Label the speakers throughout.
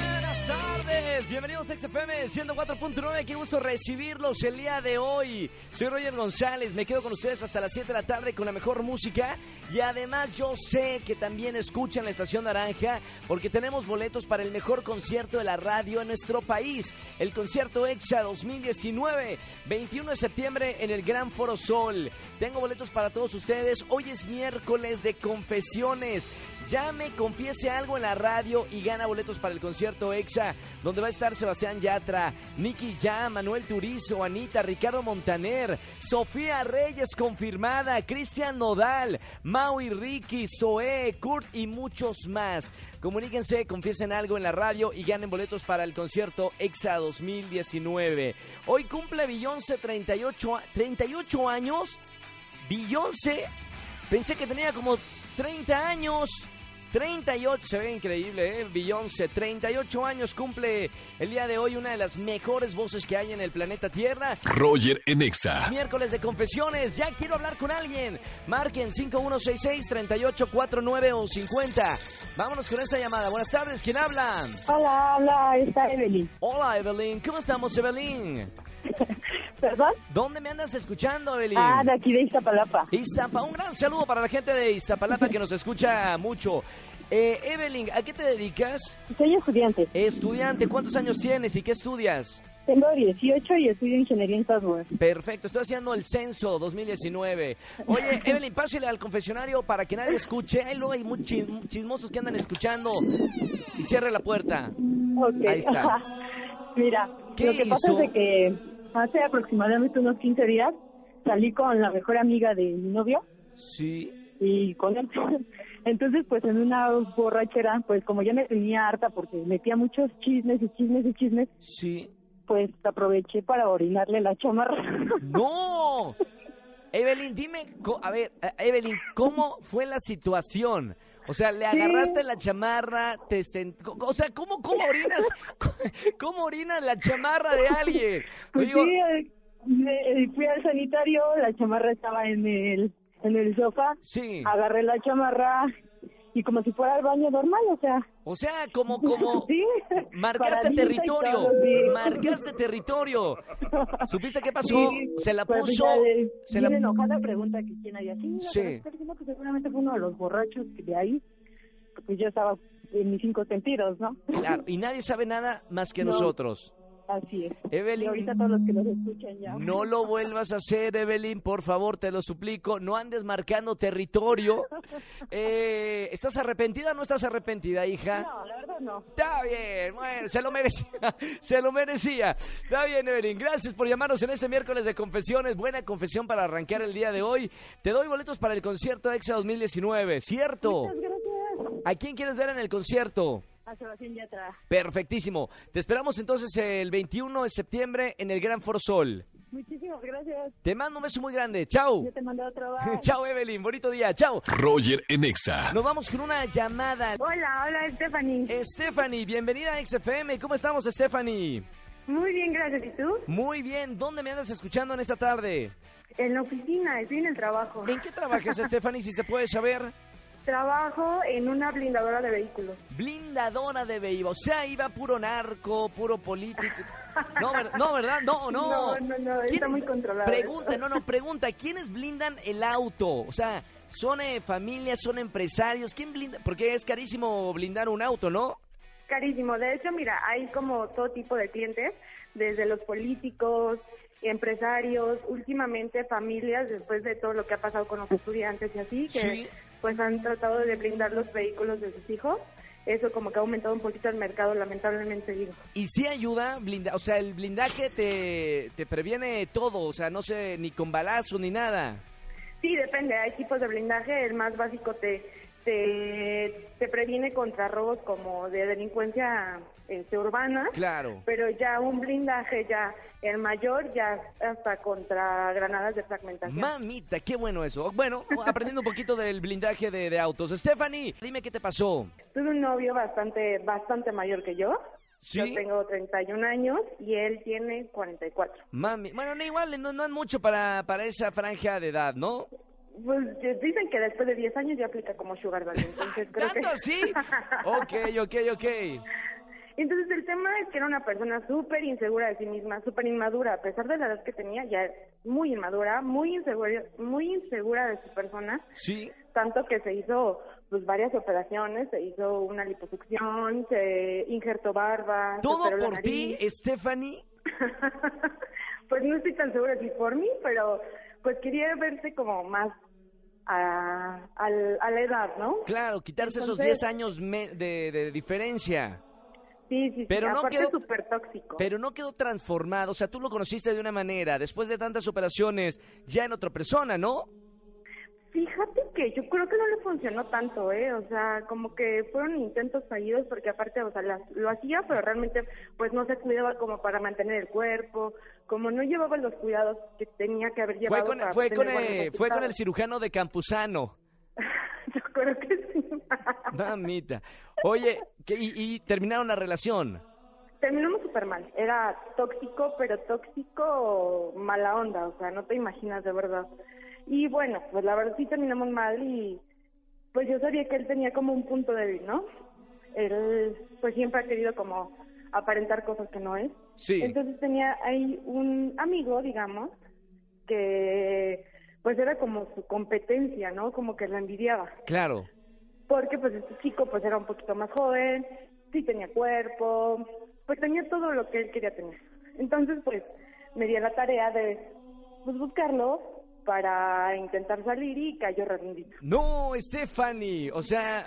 Speaker 1: Buenas tardes, bienvenidos a XFM 104.9, qué gusto recibirlos el día de hoy. Soy Roger González, me quedo con ustedes hasta las 7 de la tarde con la mejor música y además yo sé que también escuchan la Estación Naranja porque tenemos boletos para el mejor concierto de la radio en nuestro país, el concierto EXA 2019, 21 de septiembre en el Gran Foro Sol. Tengo boletos para todos ustedes, hoy es miércoles de confesiones. Llame, confiese algo en la radio y gana boletos para el concierto EXA, donde va a estar Sebastián Yatra, Nicky Ya, Manuel Turizo, Anita, Ricardo Montaner, Sofía Reyes confirmada, Cristian Nodal, Mau y Ricky, Zoé, Kurt y muchos más. Comuníquense, confiesen algo en la radio y ganen boletos para el concierto EXA 2019. Hoy cumple Beyoncé 38, a- 38 años. Beyoncé, pensé que tenía como 30 años. 38, se ve increíble, ¿eh? Beyoncé, 38 años, cumple el día de hoy una de las mejores voces que hay en el planeta Tierra.
Speaker 2: Roger en Exa.
Speaker 1: Miércoles de confesiones, ya quiero hablar con alguien. Marquen 5166-3849 o 50. Vámonos con esta llamada. Buenas tardes, ¿quién habla?
Speaker 3: Hola, habla está Evelyn.
Speaker 1: Hola, Evelyn. ¿Cómo estamos, Evelyn?
Speaker 3: ¿Perdón?
Speaker 1: ¿Dónde me andas escuchando, Evelyn?
Speaker 3: Ah, de aquí de Iztapalapa.
Speaker 1: Iztapa, un gran saludo para la gente de Iztapalapa que nos escucha mucho. Eh, Evelyn, ¿a qué te dedicas?
Speaker 3: Soy estudiante.
Speaker 1: Estudiante, ¿cuántos años tienes y qué estudias?
Speaker 3: Tengo 18 y estudio ingeniería en software.
Speaker 1: Perfecto, estoy haciendo el censo 2019. Oye, Evelyn, pásale al confesionario para que nadie escuche. Ahí luego hay muy chism- chismosos que andan escuchando. Y cierre la puerta.
Speaker 3: Ok.
Speaker 1: Ahí está.
Speaker 3: Mira,
Speaker 1: ¿Qué
Speaker 3: lo que pasa
Speaker 1: hizo?
Speaker 3: es de que hace aproximadamente unos 15 días salí con la mejor amiga de mi novio
Speaker 1: Sí,
Speaker 3: y con él. Entonces, pues en una borrachera, pues como ya me tenía harta porque metía muchos chismes y chismes y chismes,
Speaker 1: sí.
Speaker 3: pues aproveché para orinarle la chamarra.
Speaker 1: ¡No! Evelyn, dime, co- a ver, a- Evelyn, ¿cómo fue la situación? O sea, le
Speaker 3: Sí.
Speaker 1: agarraste la chamarra, te sent... co- O sea, ¿cómo, cómo orinas? ¿Cómo orinas la chamarra de alguien?
Speaker 3: Pues
Speaker 1: Digo,
Speaker 3: sí, eh, me- eh, fui al sanitario, la chamarra estaba en el, en el sofá,
Speaker 1: sí.
Speaker 3: agarré la chamarra y como si fuera al baño normal, o sea.
Speaker 1: O sea, como, como.
Speaker 3: Sí.
Speaker 1: Marcaste
Speaker 3: Paradita y
Speaker 1: territorio.
Speaker 3: todo, sí.
Speaker 1: Marcaste territorio. ¿Supiste qué pasó?
Speaker 3: Sí.
Speaker 1: Se la
Speaker 3: Pues,
Speaker 1: puso.
Speaker 3: ya, eh,
Speaker 1: Se la...
Speaker 3: bien enojada pregunta que quién había sido.
Speaker 1: Sí.
Speaker 3: pero está diciendo que pues, seguramente fue uno de los borrachos que de ahí, porque yo estaba en mis cinco sentidos, ¿no?
Speaker 1: Claro, y nadie sabe nada más que
Speaker 3: No.
Speaker 1: nosotros.
Speaker 3: Así es. Y
Speaker 1: Evelyn,
Speaker 3: ahorita todos los que nos escuchan ya.
Speaker 1: No lo vuelvas a hacer, Evelyn, por favor, te lo suplico. No andes marcando territorio. Eh, ¿Estás arrepentida o no estás arrepentida, hija?
Speaker 3: No, la verdad no.
Speaker 1: Está bien, bueno, se lo merecía, se lo merecía. Está bien, Evelyn, gracias por llamarnos en este miércoles de confesiones. Buena confesión para arrancar el día de hoy. Te doy boletos para el concierto EXA 2019, ¿cierto?
Speaker 3: Muchas gracias.
Speaker 1: ¿A quién quieres ver en el concierto?
Speaker 3: A Sebastián Yatra.
Speaker 1: Perfectísimo. Te esperamos entonces el 21 de septiembre en el Gran For Sol.
Speaker 3: Muchísimas gracias.
Speaker 1: Te mando un beso muy grande. Chao.
Speaker 3: Yo te mando otro bye.
Speaker 1: Chao, Evelyn. Bonito día. Chao.
Speaker 2: Roger en Exa.
Speaker 1: Nos vamos con una llamada.
Speaker 4: Hola, hola Stephanie.
Speaker 1: Eh. Stephanie, bienvenida a XFM. ¿Cómo estamos, Stephanie?
Speaker 4: Muy bien, gracias. ¿Y tú?
Speaker 1: Muy bien. ¿Dónde me andas escuchando en esta tarde?
Speaker 4: En la oficina, estoy en el trabajo.
Speaker 1: ¿En qué trabajas, Stephanie, si se puede saber?
Speaker 4: Trabajo en una blindadora de vehículos.
Speaker 1: Blindadora de vehículos. O sea, iba puro narco, puro político. No, ver- no, ¿verdad? No, no.
Speaker 4: No, no, no, está
Speaker 1: ¿Quiénes-
Speaker 4: muy controlado
Speaker 1: Pregunta,
Speaker 4: eso.
Speaker 1: no, no, pregunta. ¿Quiénes blindan el auto? O sea, ¿son eh, familias, son empresarios? ¿Quién blinda? Porque es carísimo blindar un auto, ¿no?
Speaker 4: Carísimo. De hecho, mira, hay como todo tipo de clientes, desde los políticos, empresarios, últimamente familias, después de todo lo que ha pasado con los estudiantes y así, que
Speaker 1: Sí.
Speaker 4: pues han tratado de blindar los vehículos de sus hijos. Eso como que ha aumentado un poquito el mercado, lamentablemente digo.
Speaker 1: Y sí ayuda, blinda, o sea, el blindaje te, te previene todo, o sea, no sé, ni con balazo ni nada.
Speaker 4: Sí, depende. Hay tipos de blindaje. El más básico te, te, te previene contra robos como de delincuencia este, urbana.
Speaker 1: Claro.
Speaker 4: Pero ya un blindaje, ya el mayor, ya hasta contra granadas de fragmentación.
Speaker 1: Mamita, qué bueno eso. Bueno, aprendiendo un poquito del blindaje de, de autos. Stephanie, dime qué te pasó.
Speaker 4: Tuve un novio bastante, bastante mayor que yo.
Speaker 1: ¿Sí?
Speaker 4: Yo tengo 31 años y él tiene 44.
Speaker 1: Mami, bueno, no igual, no, no es mucho para, para esa franja de edad, ¿no?
Speaker 4: Pues d- dicen que después de 10 años ya aplica como sugar daddy, entonces creo que...
Speaker 1: ¿Tanto Oh. así? Ok, ok, ok.
Speaker 4: Entonces el tema es que era una persona súper insegura de sí misma, súper inmadura, a pesar de la edad que tenía, ya muy inmadura, muy insegura, muy insegura de su persona,
Speaker 1: Sí,
Speaker 4: tanto que se hizo pues varias operaciones, se hizo una liposucción, se injertó barba, se
Speaker 1: todo
Speaker 4: operó la
Speaker 1: por ti,
Speaker 4: nariz.
Speaker 1: Stephanie.
Speaker 4: pues no estoy tan segura si por mí, pero pues quería verse como más a, al- a la edad, ¿no?
Speaker 1: Claro, quitarse esos
Speaker 4: Entonces-
Speaker 1: 10 años me- de, de diferencia.
Speaker 4: Sí, sí, sí,
Speaker 1: Pero no
Speaker 4: aparte
Speaker 1: quedó-
Speaker 4: súper tóxico.
Speaker 1: Pero no quedó transformado, o sea, tú lo conociste de una manera, después de tantas operaciones, ya en otra persona, ¿no?
Speaker 4: Fíjate que yo creo que no le funcionó tanto, ¿eh? O sea, como que fueron intentos fallidos porque aparte, o sea, las- lo hacía, pero realmente pues no se cuidaba como para mantener el cuerpo, como no llevaba los cuidados que tenía que haber
Speaker 1: Fue
Speaker 4: llevado.
Speaker 1: con,
Speaker 4: para
Speaker 1: fue,
Speaker 4: tener
Speaker 1: con,
Speaker 4: buenos
Speaker 1: eh, fue con el
Speaker 4: resultados.
Speaker 1: cirujano de Campuzano.
Speaker 4: Yo creo que sí.
Speaker 1: Mamita. Oye, ¿qué- y, y terminaron la relación.
Speaker 4: Terminamos súper mal. Era tóxico, pero tóxico mala onda, o sea, no te imaginas de verdad. Y bueno, pues la verdad sí terminamos mal y pues yo sabía que él tenía como un punto débil, ¿no? Él pues siempre ha querido como aparentar cosas que no es.
Speaker 1: Sí.
Speaker 4: Entonces tenía ahí un amigo, digamos, que pues era como su competencia, ¿no? Como que la envidiaba
Speaker 1: Claro.
Speaker 4: porque pues este chico pues era un poquito más joven, sí tenía cuerpo, pues tenía todo lo que él quería tener. Entonces pues me di a la tarea de pues, buscarlo para intentar salir y cayó redondito.
Speaker 1: No, Stephanie. O sea,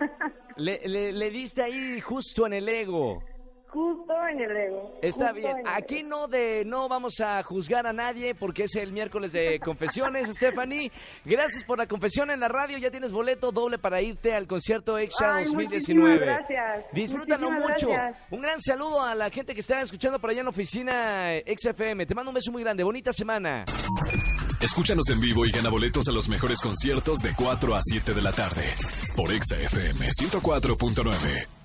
Speaker 1: le, le- le diste ahí justo en el ego.
Speaker 4: Justo en el ego.
Speaker 1: Está
Speaker 4: justo en
Speaker 1: bien.
Speaker 4: el
Speaker 1: Aquí
Speaker 4: ego.
Speaker 1: no de no vamos a juzgar a nadie porque es el miércoles de confesiones, Stephanie. Gracias por la confesión en la radio. Ya tienes boleto doble para irte al concierto Exa
Speaker 4: Ay,
Speaker 1: 2019.
Speaker 4: muchísimas gracias.
Speaker 1: Disfrútalo
Speaker 4: Muchísimas
Speaker 1: mucho.
Speaker 4: gracias.
Speaker 1: Un gran saludo a la gente que está escuchando por allá en la oficina eh, XFM. Te mando un beso muy grande. Bonita semana.
Speaker 2: Escúchanos en vivo y gana boletos a los mejores conciertos de 4 a 7 de la tarde por Exa FM 104.9.